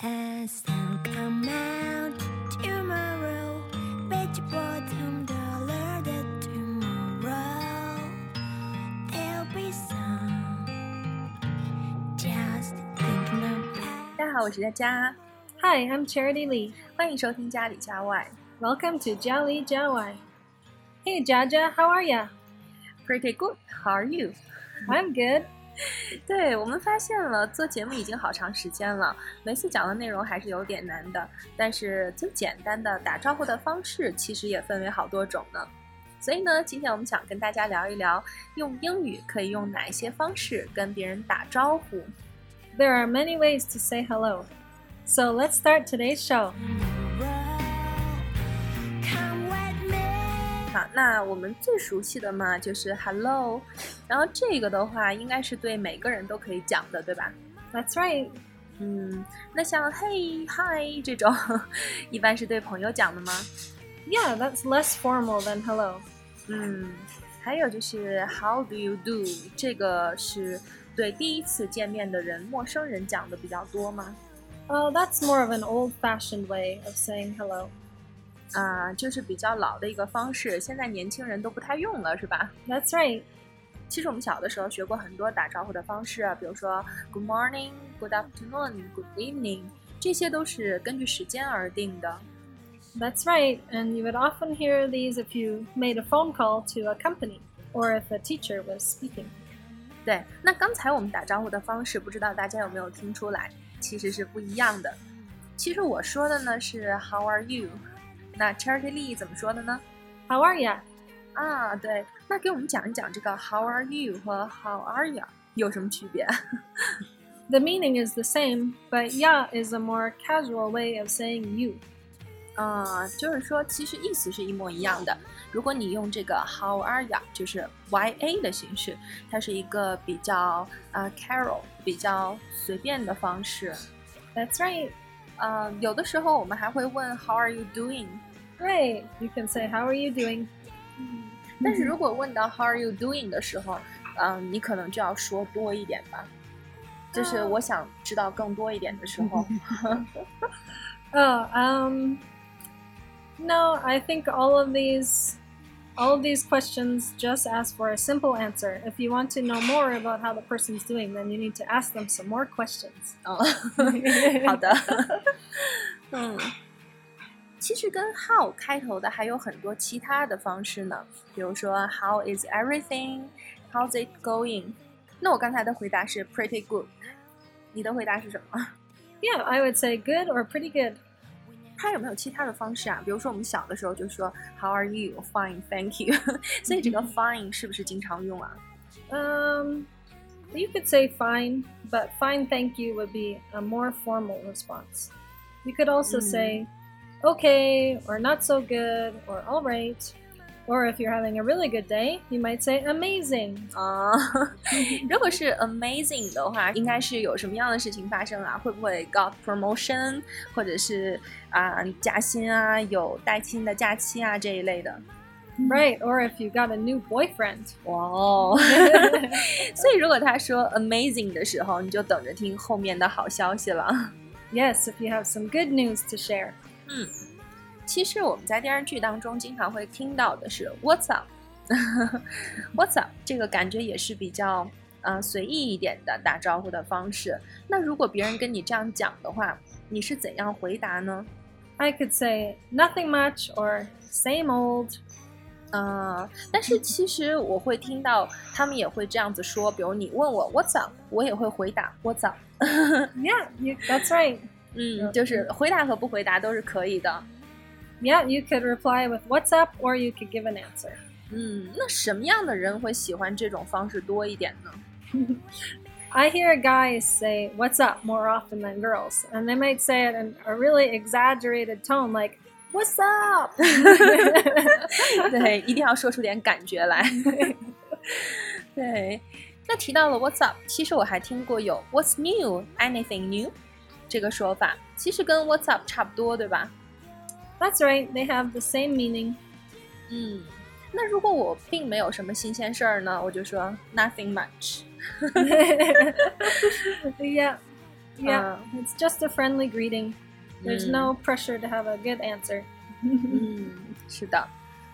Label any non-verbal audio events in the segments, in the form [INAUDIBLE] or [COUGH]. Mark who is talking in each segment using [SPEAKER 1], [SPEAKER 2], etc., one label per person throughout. [SPEAKER 1] the sun come out tomorrow. Bet your bottom dollar that tomorrow there'll be sun. Just thinking about.
[SPEAKER 2] 大家好，我是佳佳，
[SPEAKER 3] Hi, I'm Charity Lee.
[SPEAKER 2] 欢迎收听家里家外
[SPEAKER 3] Welcome to Jolly Jawai. Hey, Jaja, how are ya?
[SPEAKER 2] Pretty Good How are you？
[SPEAKER 3] I'm good.
[SPEAKER 2] [LAUGHS] 对我们发现了做节目已经好长时间了，每次讲的内容还是有点难的，但是最简单的打招呼的方式其实也分为好多种呢。所以呢，今天我们想跟大家聊一聊，用英语可以用哪一些方式跟别人打招呼。
[SPEAKER 3] There are many ways to say hello. So let's start today's show.
[SPEAKER 1] tomorrow. Come with me.
[SPEAKER 2] 好，那我们最熟悉的嘛就是 hello，然后这个的话应该是对每个人都可以讲的，对吧？
[SPEAKER 3] That's right.
[SPEAKER 2] 嗯，那像 Hey、Hi 这种， [LAUGHS] 一般是对朋友讲的吗？
[SPEAKER 3] Yeah, that's less formal than hello.
[SPEAKER 2] 嗯，还有就是 How do you do？这个是对第一次见面的人、陌生人讲的比较多吗？
[SPEAKER 3] Oh, that's more of an old fashioned way of saying hello.
[SPEAKER 2] 啊、就是比较老的一个方式，现在年轻人都不太用了，是吧？
[SPEAKER 3] That's right.
[SPEAKER 2] 其实我们小的时候学过很多打招呼的方式啊，比如说 Good morning、Good afternoon、Good evening，这些都是根据时间而定的。
[SPEAKER 3] That's right. And you would often hear these if you made a phone call to a company or if a teacher was speaking.
[SPEAKER 2] 对，那刚才我们打招呼的方式，不知道大家有没有听出来，其实是不一样的。其实我说的呢是 How are you？那 Charity Lee 怎么说的呢？
[SPEAKER 3] How are ya?
[SPEAKER 2] 啊，对，那给我们讲一讲这个 How are you 和 How are ya 有什么区别？
[SPEAKER 3] The meaning is the same, but ya is a more casual way of saying you.
[SPEAKER 2] 啊，就是说其实意思是一模一样的。如果你用这个 How are ya，就是 Y A 的形式，它是一个比较啊、Carol 比较随便的方式。
[SPEAKER 3] That's right.
[SPEAKER 2] 呃，有的时候我们还会问 How are you doing？
[SPEAKER 3] Great. You can say, How are you doing?
[SPEAKER 2] 但是如果问到 How are you doing 的时候，嗯、你可能就要说多一点吧，就是我想知道更多一点的时候，
[SPEAKER 3] Oh, um, no, I think all of these. All of these questions just ask for a simple answer. If you want to know more about how the person's doing, then you need to ask them some more questions.
[SPEAKER 2] 嗯， [LAUGHS] 好的，嗯，其实跟 How 开头的还有很多其他的方式呢，比如说 How is everything？How's it going？那我刚才的回答是 Pretty good，你的回答是什么？
[SPEAKER 3] Yeah, I would say good or pretty good.
[SPEAKER 2] 它有没有其他的方式啊？比如说我们小的时候就说 How are you? Fine, thank you 。 [LAUGHS] 所以这个 fine 是不是经常用啊？
[SPEAKER 3] Um, you could say fine, but fine, thank you would be a more formal response. You could also
[SPEAKER 2] Mm.
[SPEAKER 3] say okay, or not so good, or all right. Or if you're having a really good day, you might say amazing.
[SPEAKER 2] 啊、 [LAUGHS] 如果是 amazing 的话，应该是有什么样的事情发生啊？会不会 got promotion，或者是啊、加薪啊，有带薪的假期啊这一类的？
[SPEAKER 3] Right, or if you got a new boyfriend. [LAUGHS]
[SPEAKER 2] 哇哦！
[SPEAKER 3] 嗯
[SPEAKER 2] 所以如果他说 amazing 的时候，你就等着听后面的好消息了。
[SPEAKER 3] Yes, if you have some good news to share.
[SPEAKER 2] 其实我们在电视剧当中经常会听到的是 “What's [LAUGHS] up”，“What's up” 这个感觉也是比较呃随意一点的打招呼的方式。那如果别人跟你这样讲的话，你是怎样回答呢？
[SPEAKER 3] I could say nothing much or same old.
[SPEAKER 2] 呃，但是其实我会听到他们也会这样子说，比如你问我 “What's up”，我也会回答 “What's up”。
[SPEAKER 3] Yeah, you, that's right.
[SPEAKER 2] 嗯，就是回答和不回答都是可以的。
[SPEAKER 3] Yeah, you could reply with what's up or you could give an answer.
[SPEAKER 2] 嗯，那什么样的人会喜欢这种方式多一点呢？
[SPEAKER 3] I hear guys say "What's up" more often than girls, and they might say it in a really exaggerated tone, like "What's up."
[SPEAKER 2] 对，一定要说出点感觉来。对，那提到了 What's up，其实我还听过有 What's new，anything new 这个说法，其实跟 What's up 差不多，对吧？
[SPEAKER 3] That's right; they have the same meaning. [LAUGHS]
[SPEAKER 2] 嗯，那如果我并没有什么新鲜事儿呢，我就说 Nothing much。
[SPEAKER 3] yeah, yeah,
[SPEAKER 2] 嗯 Uh,
[SPEAKER 3] it's just a friendly greeting. There's no pressure to have a good answer.
[SPEAKER 2] 嗯，是的。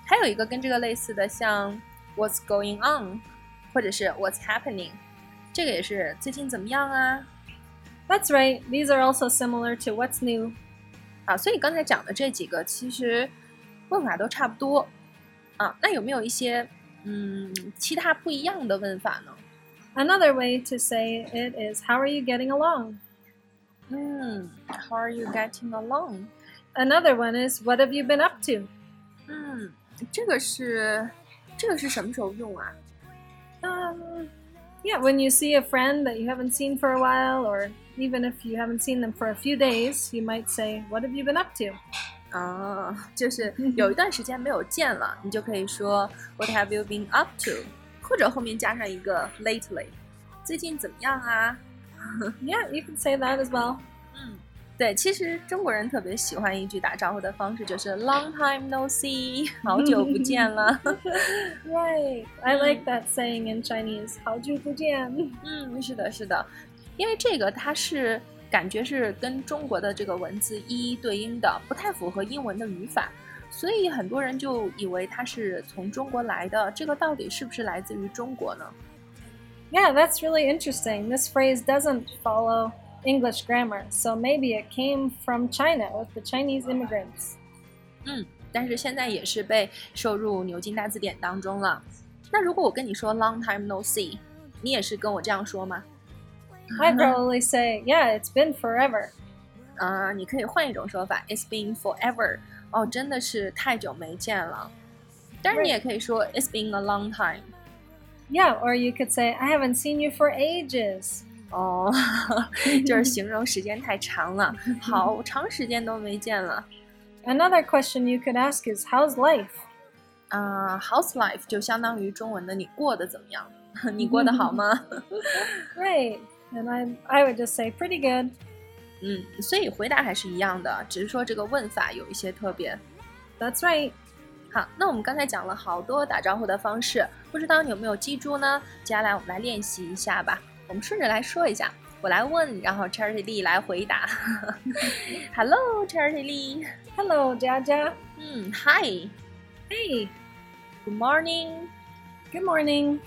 [SPEAKER 2] 还有一个跟这个类似的，像 What's going on，或者是 What's happening，这个也是最近怎么样啊？
[SPEAKER 3] That's right, these are also similar to what's new.
[SPEAKER 2] 啊，所以刚才讲的这几个其实问法都差不多啊。那有没有一些嗯其他不一样的问法呢？
[SPEAKER 3] Another way to say it is how are you getting along?
[SPEAKER 2] 嗯，How are you getting along？
[SPEAKER 3] Another one is what have you been up to?
[SPEAKER 2] 嗯，这个是这个是什么时候用啊？
[SPEAKER 3] Um, yeah, when you see a friend that you haven't seen for a while, or even if you haven't seen them for a few days, you might say, What have you been up to?
[SPEAKER 2] 啊， [LAUGHS] 就是
[SPEAKER 3] 嗯
[SPEAKER 2] 有一段时间没有见了，你就可以说 What have you been up to？或者后面加上一个 lately，最近怎么样啊？
[SPEAKER 3] Yeah, you can say that as well.
[SPEAKER 2] 嗯，对，其实中国人特别喜欢一句打招呼的方式，就是 long time no see，好久不见了。
[SPEAKER 3] Right. I like that saying in Chinese, How
[SPEAKER 2] 嗯，是的，是的，因为这个它是感觉是跟中国的这个文字一一对应的，不太符合英文的语法，所以很多人就以为它是从中国来的。这个到底是不是来自于中国呢？
[SPEAKER 3] Yeah, that's really interesting. This phrase doesn't follow English grammar, so maybe it came from China with the Chinese immigrants.
[SPEAKER 2] 但是现在也是被收入牛津大字典当中了。那如果我跟你说 long time no see，你也是跟我这样说吗？
[SPEAKER 3] I'd probably say, yeah, it's been forever.
[SPEAKER 2] 啊、你可以换一种说法，It's been forever。哦，真的是太久没见了。但是你也可以说 It's been a long time。
[SPEAKER 3] Yeah, or you could say, I haven't seen you for ages.
[SPEAKER 2] 哦， [LAUGHS] 就是形容时间太长了，好长时间都没见了。
[SPEAKER 3] Another question you could ask is, How's life?
[SPEAKER 2] 啊、h o u s e life 就相当于中文的你过得怎么样？ [LAUGHS] 你过得好吗？ [LAUGHS]
[SPEAKER 3] Great. And I, I would just say, Pretty good.
[SPEAKER 2] 嗯，所以回答还是一样的，只是说这个问法有一些特别。
[SPEAKER 3] That's right.
[SPEAKER 2] 好，那我们刚才讲了好多打招呼的方式，不知道你有没有记住呢？接下来我们来练习一下吧。我们顺着来说一下，我来问，然后 Charity Lee 来回答。Hello, Charity Lee。
[SPEAKER 3] Hello, Jaja.
[SPEAKER 2] 嗯，Hi。
[SPEAKER 3] Hey,
[SPEAKER 2] Good morning.
[SPEAKER 3] good morning.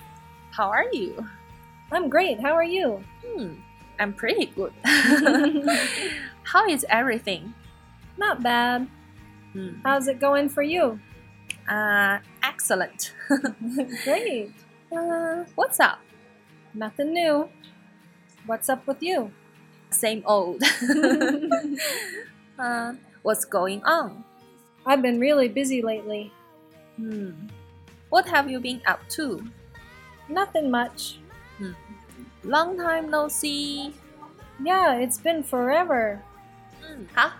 [SPEAKER 2] How are you?
[SPEAKER 3] I'm great. How are you?
[SPEAKER 2] Hmm. I'm pretty [LAUGHS] good. How is everything?
[SPEAKER 3] Not bad.
[SPEAKER 2] Hmm.
[SPEAKER 3] How's it going for you?
[SPEAKER 2] Uh, excellent. [LAUGHS]
[SPEAKER 3] Great.
[SPEAKER 2] Uh, what's up?
[SPEAKER 3] Nothing new. What's up with you?
[SPEAKER 2] Same [LAUGHS] old. uh, what's going on?
[SPEAKER 3] I've been really busy lately.
[SPEAKER 2] Hmm. What have you been up to?
[SPEAKER 3] Nothing much.
[SPEAKER 2] Long time no see.
[SPEAKER 3] Yeah, it's been forever.
[SPEAKER 2] 嗯，好，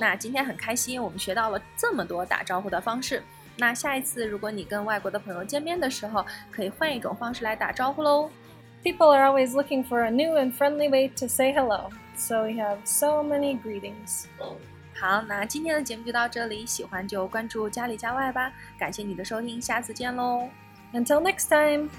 [SPEAKER 2] 那今天很开心，我们学到了这么多打招呼的方式。那下一次如果你跟外国的朋友见面的时候，可以换一种方式来打招呼喽。
[SPEAKER 3] People are always looking for a new and friendly way to say hello, so we have so many greetings.
[SPEAKER 2] 好，那今天的节目就到这里，喜欢就关注家里家外吧，感谢你的收听，下次见喽。
[SPEAKER 3] Until next time!